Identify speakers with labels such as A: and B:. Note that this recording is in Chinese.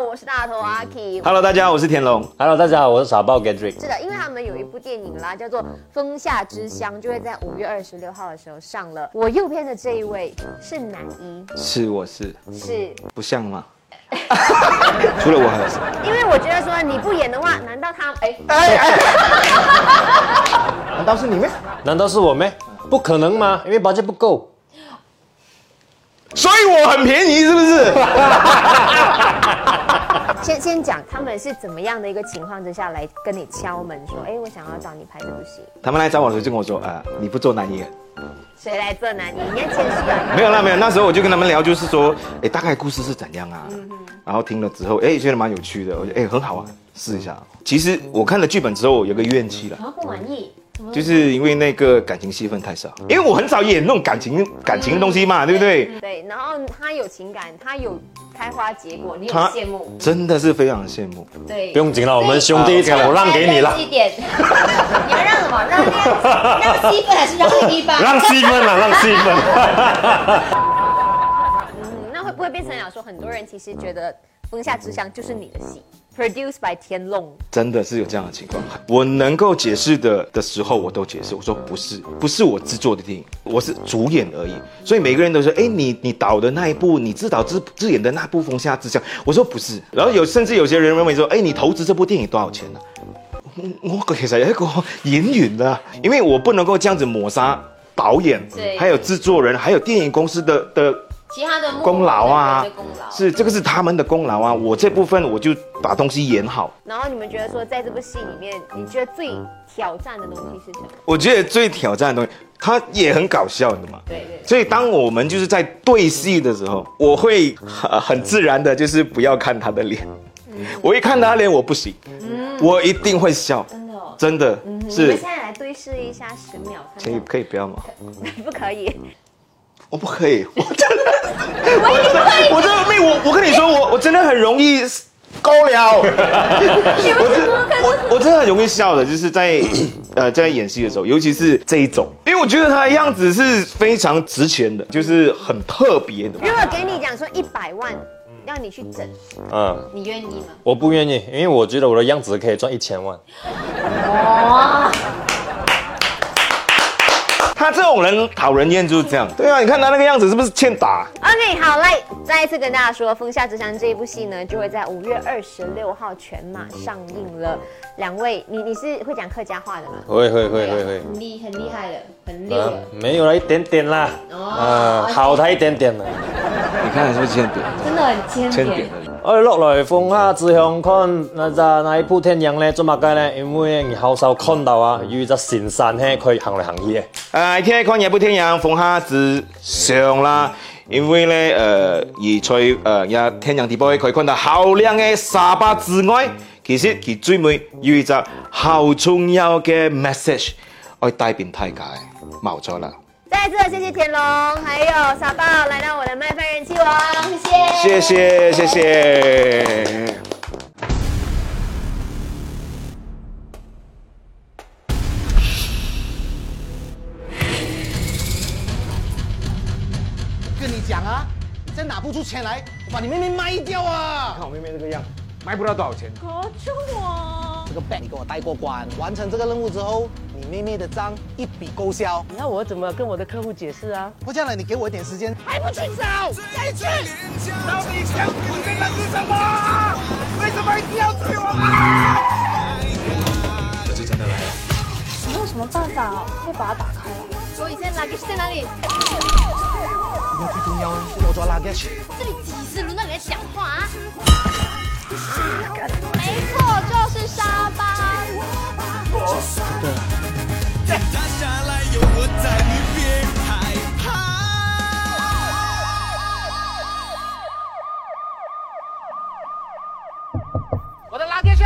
A: 我是大头阿 K。
B: Hello，大家好，我是田龙。
C: Hello，大家好，我是傻豹 Gadrick。
A: 是的，因为他们有一部电影啦，叫做《风下之乡》，就会在五月二十六号的时候上了。我右边的这一位是男一，
B: 是，我是，
A: 是
B: 不像 吗？除了我还有谁？
A: 因为我觉得说你不演的话，难道他 哎？
B: 难道是你们？
C: 难道是我咩？不可能吗？因为 budget 不够。
B: 所以我很便宜，是不 是？
A: 先先讲他们是怎么样的一个情况之下来跟你敲门说，哎，我想要找你拍这部戏，
B: 他们来找我的时候就跟我说，啊、你不做男演员。
A: 谁来做男一？你要谦虚啊。
B: 没有啦，没有。那时候我就跟他们聊，就是说，哎，大概故事是怎样啊？然后听了之后，哎，觉得蛮有趣的，我觉得哎很好啊，试一下。其实我看了剧本之后，我有个怨气了，
A: 然后不满意，
B: 就是因为那个感情戏份太少，因为我很少演那种感情感情的东西嘛，对不对？
A: 对，然后他有情感，他有开花结果，你有
B: 他
A: 羡慕，
B: 真的是非常羡慕，
A: 对，
C: 嗯不用紧了，我们兄弟一场我让给你了，
D: 一 点，你要让什么？让让让西粉还是让一吧？
C: 让戏份了，让戏份。
A: 嗯，那会不会变成了说，很多人其实觉得《风下之乡》就是你的戏，produced by 天龙，
B: 真的是有这样的情况。我能够解释的的时候，我都解释，我说不是，不是我制作的电影，我是主演而已。所以每个人都说，哎，你你导的那一部，你自导自自演的那部《风下之乡》，我说不是。然后有甚至有些人认为说，哎，你投资这部电影多少钱呢、啊我我其實有一個演員的，因為我不能夠這樣子抹殺導演，
D: 對
B: 還有製作人，還有電影公司的的
D: 其他的
B: 功劳啊
D: 功劳，
B: 是這個是他們的功劳啊。我這部分我就把東西演好。
A: 然后你们觉得说，在这部戏里面，你觉得最挑战的东西是什么？
B: 我觉得最挑战的東西，它也很搞笑，你知道嗎？
D: 对对。
B: 所以当我們就是在對戲的時候，我會很很自然的，就是不要看他的臉。我一看他的臉，我不行，我一定會笑，
D: 真的哦
B: 真的
A: 我们
B: 是
A: 现。在来对视一下十秒，
B: 可
A: 看
B: 以
A: 看
B: 可以不要吗？
A: 不可以？
B: 我不可 以，我真的，我真的没我我跟你说，我我真的很容易高了，我真我我真的很容易笑的，就是在 呃在演戏的时候，尤其是这一种，因为我觉得他的样子是非常值钱的，就是很特别的。
A: 如果给你讲说一百万，让你去整，
C: 嗯，
D: 你愿意吗？
C: 我不愿意，因为我觉得我的样子可以赚一千万。
B: 他这种人讨人厌就是这样。对啊，你看他那个样子是不是欠打？
A: OK，好，来再一次跟大家说，《风下之乡》这一部戏呢，就会在五月二十六号全马上映了。两位，你你是会讲客家话的吗？
C: 会会会会会。
D: 你很厉害的，很溜
C: 啊
D: 了。，
C: 没有了一点点啦，
D: 哦
C: 啊，好他一点点了。
B: 你看是不是欠扁？
D: 真的很坚定。
C: 我哎哋落來放下之向看嗱隻那一鋪天影咧，做乜嘅咧？因為咧後手看到啊，遇隻善散咧，佢行嚟行去嘅。
B: 誒天一呃看也不天陽，逢蝦子上啦。因為咧誒、呃而除誒、呃、一天陽地波佢看到好靚嘅沙巴之外，其實佢最尾有就好重要嘅 message 去帶俾大家嘅，冇錯啦。
A: 在这谢谢田龙，还有傻豹来到我的麦饭人气王。
D: 谢谢。
B: 謝謝謝謝。
E: 跟你讲啊，你再拿不出钱来，我把你妹妹卖掉啊！
B: 看我妹妹这个样，卖不到多少钱。
E: 这个 bag 你给我带过关，完成这个任务之后，你妹妹的账一笔勾销。
F: 那我怎么跟我的客户解释啊？
E: 我这样了，你给我一点时间，还不去找，再去。
G: 到底想我的人是什么？为什么一定要追我啊？
H: 没有什么办法会把它打开了。
D: 所以现在 luggage 在哪里？
E: 那最重要的是我抓 luggage。
D: 这里几时轮到你来讲话啊？没错，就是沙巴。
G: 他下来有我在，你别害怕。
E: 我的 luggage。